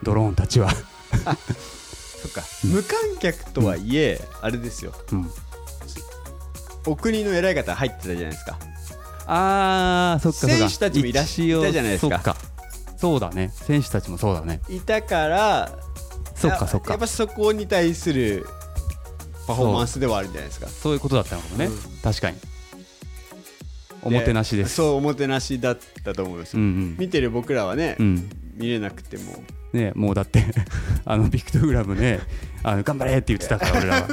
[SPEAKER 1] ドローンたちは、
[SPEAKER 2] そっか無観客とはいえ、あれですよ
[SPEAKER 1] うん、
[SPEAKER 2] お国の偉い方入ってたじゃないですか
[SPEAKER 1] あーそっかそっか
[SPEAKER 2] 選手たちもいらっしゃったじゃないですか
[SPEAKER 1] 一応そっそうだね選手たちもそうだね
[SPEAKER 2] いたから
[SPEAKER 1] そっ
[SPEAKER 2] や
[SPEAKER 1] かそっか
[SPEAKER 2] やっぱそこに対するパフォーマンスではあるんじゃないですか
[SPEAKER 1] そういうことだったのかもね、
[SPEAKER 2] うん
[SPEAKER 1] 確かにおもてなしです
[SPEAKER 2] そうおもてなしだったと思うんです
[SPEAKER 1] う
[SPEAKER 2] よ、
[SPEAKER 1] ん
[SPEAKER 2] 見てる僕らはね、
[SPEAKER 1] うんうん
[SPEAKER 2] 見れなくても
[SPEAKER 1] ねもうだって あのビクトグラムねあの頑張れって言ってたから俺 らは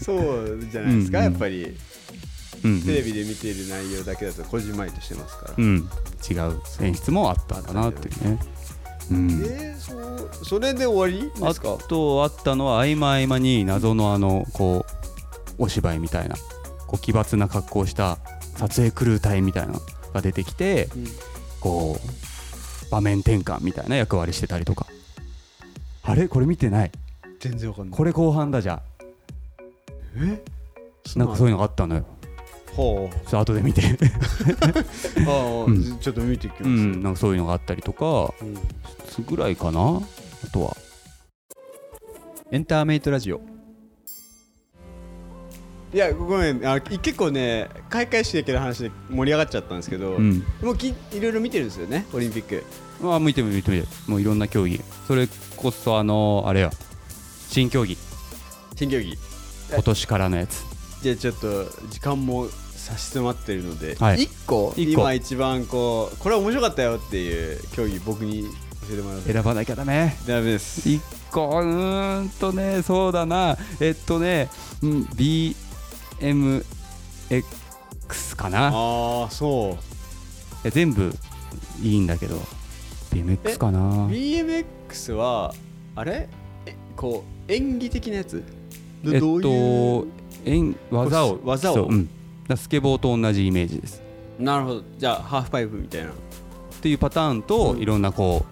[SPEAKER 2] そうじゃないですか、
[SPEAKER 1] うんうん
[SPEAKER 2] やっぱり
[SPEAKER 1] うんうん
[SPEAKER 2] テレビで見ている内容だけだとこじんまりとしてますから、
[SPEAKER 1] うん、違う演出もあったんだなっていうね。うん、
[SPEAKER 2] でそうそれで終わりで
[SPEAKER 1] あ
[SPEAKER 2] すか
[SPEAKER 1] とあったのは合間合間に謎のあのこうお芝居みたいなこう奇抜な格好をした撮影クルー隊みたいなのが出てきて
[SPEAKER 2] うん
[SPEAKER 1] こう場面転換みたいな役割してたりとかあれこれ見てない
[SPEAKER 2] 全然わかんない
[SPEAKER 1] これ後半だじゃ
[SPEAKER 2] え
[SPEAKER 1] あなんかそういうのがあったのよ
[SPEAKER 2] ほう
[SPEAKER 1] ちょっと後で見て、
[SPEAKER 2] ああ、
[SPEAKER 1] うん
[SPEAKER 2] ちょっと見ていき
[SPEAKER 1] う
[SPEAKER 2] ます、
[SPEAKER 1] ん、なんかそういうのがあったりとかつぐらいかなあとは
[SPEAKER 2] エンターメイトラジオいやごめんあい結構ね開会式だけの話で盛り上がっちゃったんですけど、
[SPEAKER 1] うん
[SPEAKER 2] もうきいろいろ見てるんですよねオリンピック
[SPEAKER 1] まあ見てみる見てみるもういろんな競技それこそあのあれや新競技
[SPEAKER 2] 新競技
[SPEAKER 1] 今年からのやつ
[SPEAKER 2] じゃあちょっと時間も差し迫ってるので、一
[SPEAKER 1] はい
[SPEAKER 2] 1個
[SPEAKER 1] 一個
[SPEAKER 2] 今一番こうこれ面白かったよっていう競技僕に教えてもらう
[SPEAKER 1] 選ばなきゃダメ
[SPEAKER 2] ダメです
[SPEAKER 1] 一個うーんとねそうだなえっとねうん BMX かな
[SPEAKER 2] ああそ
[SPEAKER 1] え全部いいんだけど BMX か
[SPEAKER 2] う
[SPEAKER 1] な
[SPEAKER 2] BMX はあれえこう演技的なやつど
[SPEAKER 1] えっ
[SPEAKER 2] どういう
[SPEAKER 1] とえん技を
[SPEAKER 2] 技を
[SPEAKER 1] そううん、だからスケボーと同じイメージです
[SPEAKER 2] なるほどじゃあハーフパイプみたいな
[SPEAKER 1] っていうパターンと、
[SPEAKER 2] うん
[SPEAKER 1] いろんなこ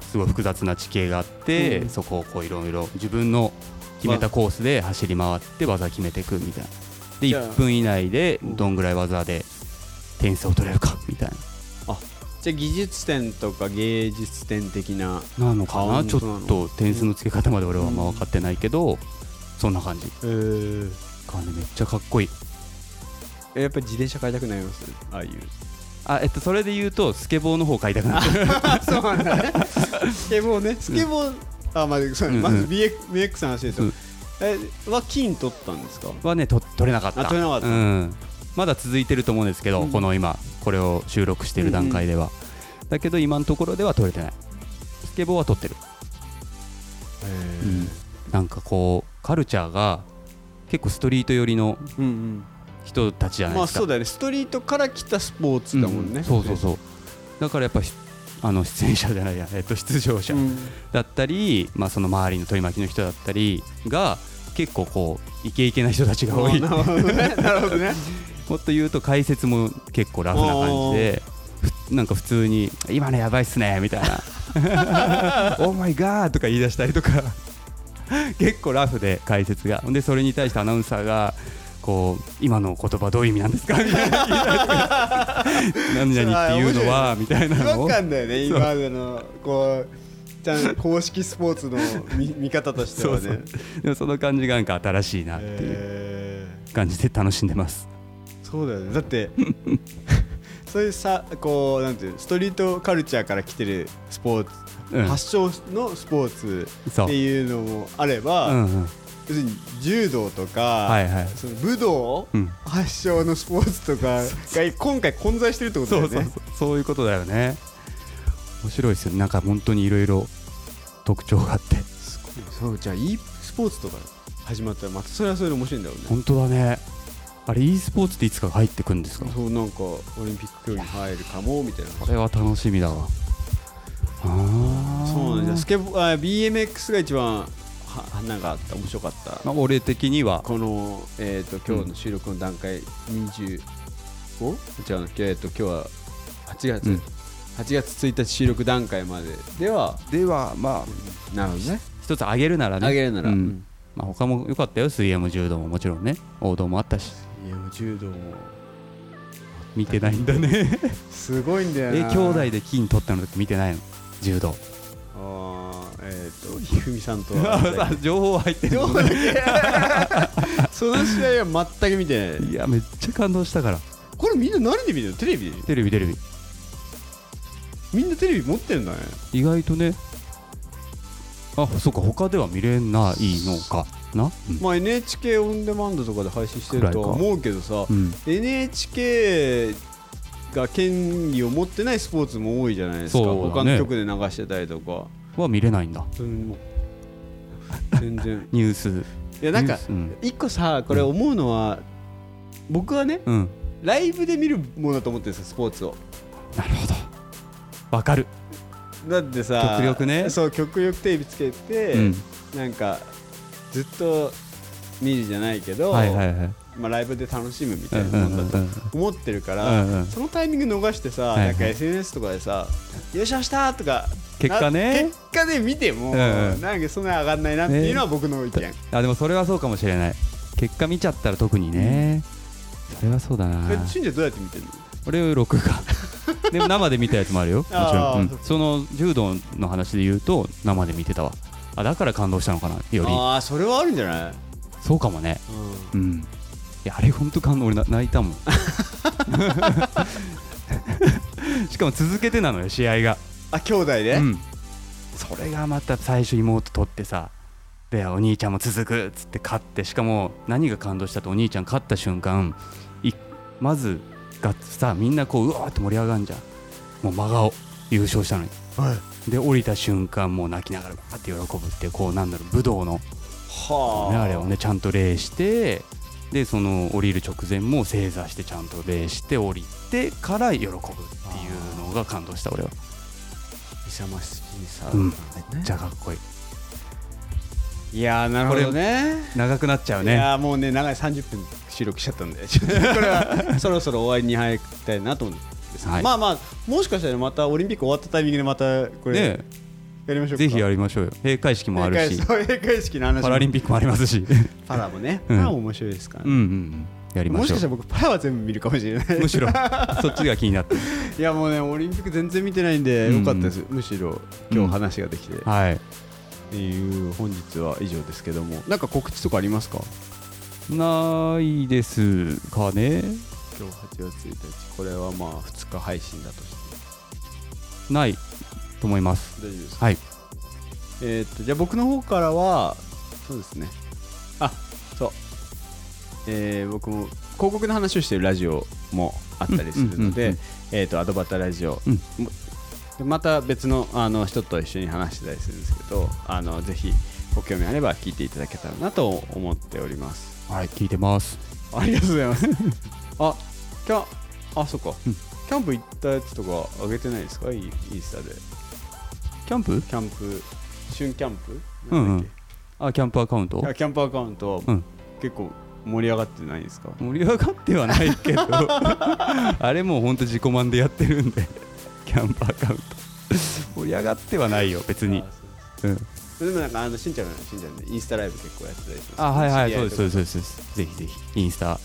[SPEAKER 1] うすごい複雑な地形があって、
[SPEAKER 2] うん
[SPEAKER 1] そこをこういろいろ自分の決めたコースで走り回って技決めていくみたいなで
[SPEAKER 2] じゃあ
[SPEAKER 1] 1分以内で
[SPEAKER 2] うん
[SPEAKER 1] どんぐらい技で点数を取れるかみたい
[SPEAKER 2] じゃあ技術点とか芸術点的な
[SPEAKER 1] ななのか
[SPEAKER 2] あ
[SPEAKER 1] な
[SPEAKER 2] 本
[SPEAKER 1] ちょ
[SPEAKER 2] 当
[SPEAKER 1] っ
[SPEAKER 2] なの
[SPEAKER 1] と点数の付け方まで俺はあんま
[SPEAKER 2] うん
[SPEAKER 1] 分かってないけど、そんな感じ
[SPEAKER 2] えー、
[SPEAKER 1] 感じめっちゃかっこいい
[SPEAKER 2] やっぱり自転車買いたくなりますああいう
[SPEAKER 1] あえっとそれで言うとスケボーの方買いたくなる
[SPEAKER 2] そうなんだね。スケボーね、スケボー、あ、まあ、そうだね、
[SPEAKER 1] うん
[SPEAKER 2] ま
[SPEAKER 1] うん
[SPEAKER 2] ず BX, BX の話ですよ、
[SPEAKER 1] うん
[SPEAKER 2] え、は金取ったんですか
[SPEAKER 1] はねと取れなかった
[SPEAKER 2] あ取れなかった
[SPEAKER 1] うん、まだ続いてると思うんですけど、
[SPEAKER 2] うん
[SPEAKER 1] この今これを収録してる段階では、だけど今のところでは取れてないスケボーは取ってる、うんなんかこうカルチャーが結構ストリート寄りの
[SPEAKER 2] うんうん。
[SPEAKER 1] 人たちじゃない
[SPEAKER 2] ま
[SPEAKER 1] で
[SPEAKER 2] あ
[SPEAKER 1] すか、
[SPEAKER 2] そうだよね、ストリートから来たスポーツだもんね。
[SPEAKER 1] うそうそうそうだからやっぱしあの出演者じゃないや、えっと、出場者
[SPEAKER 2] うん
[SPEAKER 1] だったり、まあ、その周りの取り巻きの人だったりが結構こうイケイケな人たちが多い
[SPEAKER 2] なるほど ね。なるほどね。
[SPEAKER 1] もっと言うと解説も結構ラフな感じでふなんか普通に「今のやばいっすね」みたい な「オーマイガー」とか言い出したりとか 結構ラフで解説がでそれに対してアナウンサーがこう今の言葉どういう意味なんですかみたいな 何々っていうのはみたいな
[SPEAKER 2] 違
[SPEAKER 1] の
[SPEAKER 2] 和
[SPEAKER 1] を
[SPEAKER 2] 感だよね、今までの、こう、ちゃん公式スポーツの見見方として
[SPEAKER 1] そ
[SPEAKER 2] は
[SPEAKER 1] う
[SPEAKER 2] ね。
[SPEAKER 1] そうでもその感じがなんか新しいなっていう
[SPEAKER 2] えー
[SPEAKER 1] 感じで楽しんでます
[SPEAKER 2] そうだよねだって そういうさこうなんていうストリートカルチャーから来てるスポーツ、
[SPEAKER 1] うん
[SPEAKER 2] 発祥のスポーツ
[SPEAKER 1] そう
[SPEAKER 2] っていうのもあれ
[SPEAKER 1] う
[SPEAKER 2] ば、
[SPEAKER 1] んうん
[SPEAKER 2] 要するに柔道とか、
[SPEAKER 1] はいはい
[SPEAKER 2] その武道、
[SPEAKER 1] うん
[SPEAKER 2] 発祥のスポーツとか が今回混在してるってことだ
[SPEAKER 1] そ
[SPEAKER 2] よ
[SPEAKER 1] うそ
[SPEAKER 2] ね
[SPEAKER 1] うそうそういうことだよね面白いですよねなんか本当にいろいろ特徴があって
[SPEAKER 2] すごいそうじゃあ e スポーツとか始まったらまたそれはそれで面白いんだろうね
[SPEAKER 1] 本当だねあれ e スポーツっていつか入ってくるんですか
[SPEAKER 2] そうなんかオリンピック競技に入るかもみたいな
[SPEAKER 1] これは楽しみだわああ
[SPEAKER 2] そうなんだスケボーあ BMX が一番は花があった面白かった
[SPEAKER 1] まあ、俺的には
[SPEAKER 2] この、えー、と今日の収録の段階 25?、違うのえー、と今日は8月、
[SPEAKER 1] うん
[SPEAKER 2] 8月1日収録段階まででは
[SPEAKER 1] ではまあ
[SPEAKER 2] なるほどね
[SPEAKER 1] 一つ上げるならね
[SPEAKER 2] あげるなら、
[SPEAKER 1] う
[SPEAKER 2] うんん
[SPEAKER 1] まあ、他も良かったよ水泳も柔道ももちろんね王道もあったし
[SPEAKER 2] いやもう柔道も
[SPEAKER 1] 見てないんだ ね
[SPEAKER 2] すごいんだよな
[SPEAKER 1] え兄弟で金取ったの時見てないの柔 道
[SPEAKER 2] あーえっ、とひふみさんと は
[SPEAKER 1] あ情報入ってる
[SPEAKER 2] 情報だけ その試合は全く見てない
[SPEAKER 1] いやめっちゃ感動したから
[SPEAKER 2] これみんな何で見てるのテレビで
[SPEAKER 1] テレビテレビ
[SPEAKER 2] みんなテレビ持ってるんだね
[SPEAKER 1] 意外とねあそうか他では見れないのかな、うん
[SPEAKER 2] まあ NHK オンデマンドとかで配信してるとは思うけどさ、
[SPEAKER 1] うん
[SPEAKER 2] NHK が権利を持ってないスポーツも多いじゃないですか、
[SPEAKER 1] そうだね
[SPEAKER 2] 他の局で流してたりとか、
[SPEAKER 1] は見れないんだ
[SPEAKER 2] うんもう全然
[SPEAKER 1] ニュース
[SPEAKER 2] いやなん
[SPEAKER 1] ニュ
[SPEAKER 2] か
[SPEAKER 1] ースうん、
[SPEAKER 2] 一個さこれ思うのは、僕はね
[SPEAKER 1] うん、
[SPEAKER 2] ライブで見るものだと思ってるんですよスポーツを
[SPEAKER 1] なるほどわかる、
[SPEAKER 2] だってさ
[SPEAKER 1] 極力ね
[SPEAKER 2] そう極力テレビつけて、
[SPEAKER 1] うん、
[SPEAKER 2] なんかずっと見るじゃないけど、
[SPEAKER 1] はいはいはい
[SPEAKER 2] まあ、ライブで楽しむみ
[SPEAKER 1] う
[SPEAKER 2] たい
[SPEAKER 1] ん
[SPEAKER 2] な
[SPEAKER 1] う
[SPEAKER 2] も
[SPEAKER 1] ん
[SPEAKER 2] ん
[SPEAKER 1] う
[SPEAKER 2] だ
[SPEAKER 1] ん
[SPEAKER 2] と
[SPEAKER 1] うん
[SPEAKER 2] 思ってるから、
[SPEAKER 1] うんうん
[SPEAKER 2] そのタイミング逃してさ、
[SPEAKER 1] はいはい
[SPEAKER 2] なんか SNS とかでさ「優勝した!」とか
[SPEAKER 1] 結果ね
[SPEAKER 2] な結果で見ても、
[SPEAKER 1] うんうん
[SPEAKER 2] なんかそんなに上がんないなっていうのは僕の意見、
[SPEAKER 1] あでもそれはそうかもしれない結果見ちゃったら特にね、それはそうだな
[SPEAKER 2] えしんちゃんどうやって見てるの
[SPEAKER 1] 俺録 画でも生で見たやつもあるよもちろ
[SPEAKER 2] あ
[SPEAKER 1] ん、
[SPEAKER 2] ー
[SPEAKER 1] うんその柔道の話で言うと生で見てたわあだから感動したのかなより
[SPEAKER 2] ああそれはあるんじゃない、
[SPEAKER 1] そうかもねうん。いや、あれ本当感動、俺な泣いた もん。しかも続けてなのよ、試合が。
[SPEAKER 2] あ兄弟で、
[SPEAKER 1] うん。それがまた最初妹取ってさ。で、お兄ちゃんも続くっつって勝って、しかも何が感動したとお兄ちゃん勝った瞬間。いまず、がさ、みんなこう、うわーって盛り上がんじゃん。もう真顔、優勝したのに。
[SPEAKER 2] はい
[SPEAKER 1] で、降りた瞬間、もう泣きながら、バーって喜ぶっていう、こう、なんだろう、武道の。
[SPEAKER 2] は
[SPEAKER 1] ね、
[SPEAKER 2] あ
[SPEAKER 1] あれをねちゃんと礼してでその降りる直前も正座してちゃんと礼して降りてから喜ぶっていうのが感動した俺は
[SPEAKER 2] 勇ましいさ、
[SPEAKER 1] うん
[SPEAKER 2] ね
[SPEAKER 1] めっちゃかっこいい
[SPEAKER 2] いやーなるほどね
[SPEAKER 1] 長くなっちゃう
[SPEAKER 2] い
[SPEAKER 1] ね
[SPEAKER 2] やーもうね長い30分収録しちゃった んでちょっとこれはそろそろ終わりに入りたいなと思うんです、
[SPEAKER 1] はい
[SPEAKER 2] まあまあもしかしたらまたオリンピック終わったタイミングでまたこれや
[SPEAKER 1] ね
[SPEAKER 2] りましょうか
[SPEAKER 1] ぜひやりましょうよ閉会式もあるし
[SPEAKER 2] 閉会そう閉会式の話も
[SPEAKER 1] パラリンピックもありますしう
[SPEAKER 2] パラもね、
[SPEAKER 1] うん
[SPEAKER 2] パラも面白いですから、
[SPEAKER 1] んう
[SPEAKER 2] ね
[SPEAKER 1] んうんやりま
[SPEAKER 2] もし
[SPEAKER 1] しょ
[SPEAKER 2] かしたら
[SPEAKER 1] う
[SPEAKER 2] 僕パラは全部見るかもしれない
[SPEAKER 1] むしろそっちが気になってる
[SPEAKER 2] いやもうねオリンピック全然見てないんで
[SPEAKER 1] うん
[SPEAKER 2] よかったです、むしろ今日話ができて、っ
[SPEAKER 1] はい
[SPEAKER 2] ていう本日は以上ですけどもなんか告知とかありますか
[SPEAKER 1] ないですかね
[SPEAKER 2] 今日8月1日これはまあ2日配信だとして
[SPEAKER 1] ないと思います
[SPEAKER 2] 大丈夫です
[SPEAKER 1] はい
[SPEAKER 2] えーっとじゃあ僕の方からはそうですねあそうえー僕も広告の話をしてるラジオもあったりするので、
[SPEAKER 1] うんうんうん
[SPEAKER 2] えーっとアドバタラジオ、
[SPEAKER 1] うん
[SPEAKER 2] もでまた別のあの人と一緒に話してたりするんですけどあのぜひご興味あれば聞いていただけたらなと思っております
[SPEAKER 1] はい聞いてます
[SPEAKER 2] ありがとうござ いますあキャンあそっか、
[SPEAKER 1] うん
[SPEAKER 2] キャンプ行ったやつとか上げてないですかインインスタで
[SPEAKER 1] キャンプ
[SPEAKER 2] キャンプ旬キャンプ
[SPEAKER 1] うんうん
[SPEAKER 2] なんだっけ
[SPEAKER 1] あキャンプアカウント
[SPEAKER 2] あキャンプアカウントは
[SPEAKER 1] うん
[SPEAKER 2] 結構盛り上がってないんですか、
[SPEAKER 1] 盛り上がってはないけ どあれもうほんと自己満でやってるんでキャンプアカウント盛り上がってはないよ別に
[SPEAKER 2] あそう
[SPEAKER 1] うん
[SPEAKER 2] そうでもなんかあのしんちゃんのしんちゃんでインスタライブ結構やってたりします
[SPEAKER 1] あはいはいそうですそうですすそうですぜひぜひインスタ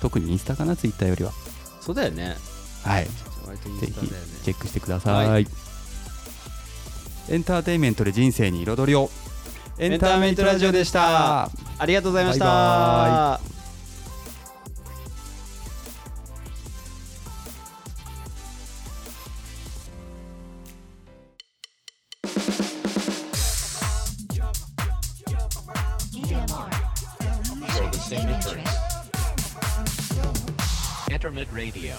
[SPEAKER 1] 特にインスタかなツイッターよりは
[SPEAKER 2] そうだよね
[SPEAKER 1] はいぜ
[SPEAKER 2] 割とイン
[SPEAKER 1] ひ
[SPEAKER 2] スタだよね
[SPEAKER 1] チェックしてください、
[SPEAKER 2] は
[SPEAKER 1] エンターテインメントで人生に彩りを
[SPEAKER 2] エンターメントラジオでしたありがとうございました
[SPEAKER 1] バイバ
[SPEAKER 3] You're listening to Internet Radio.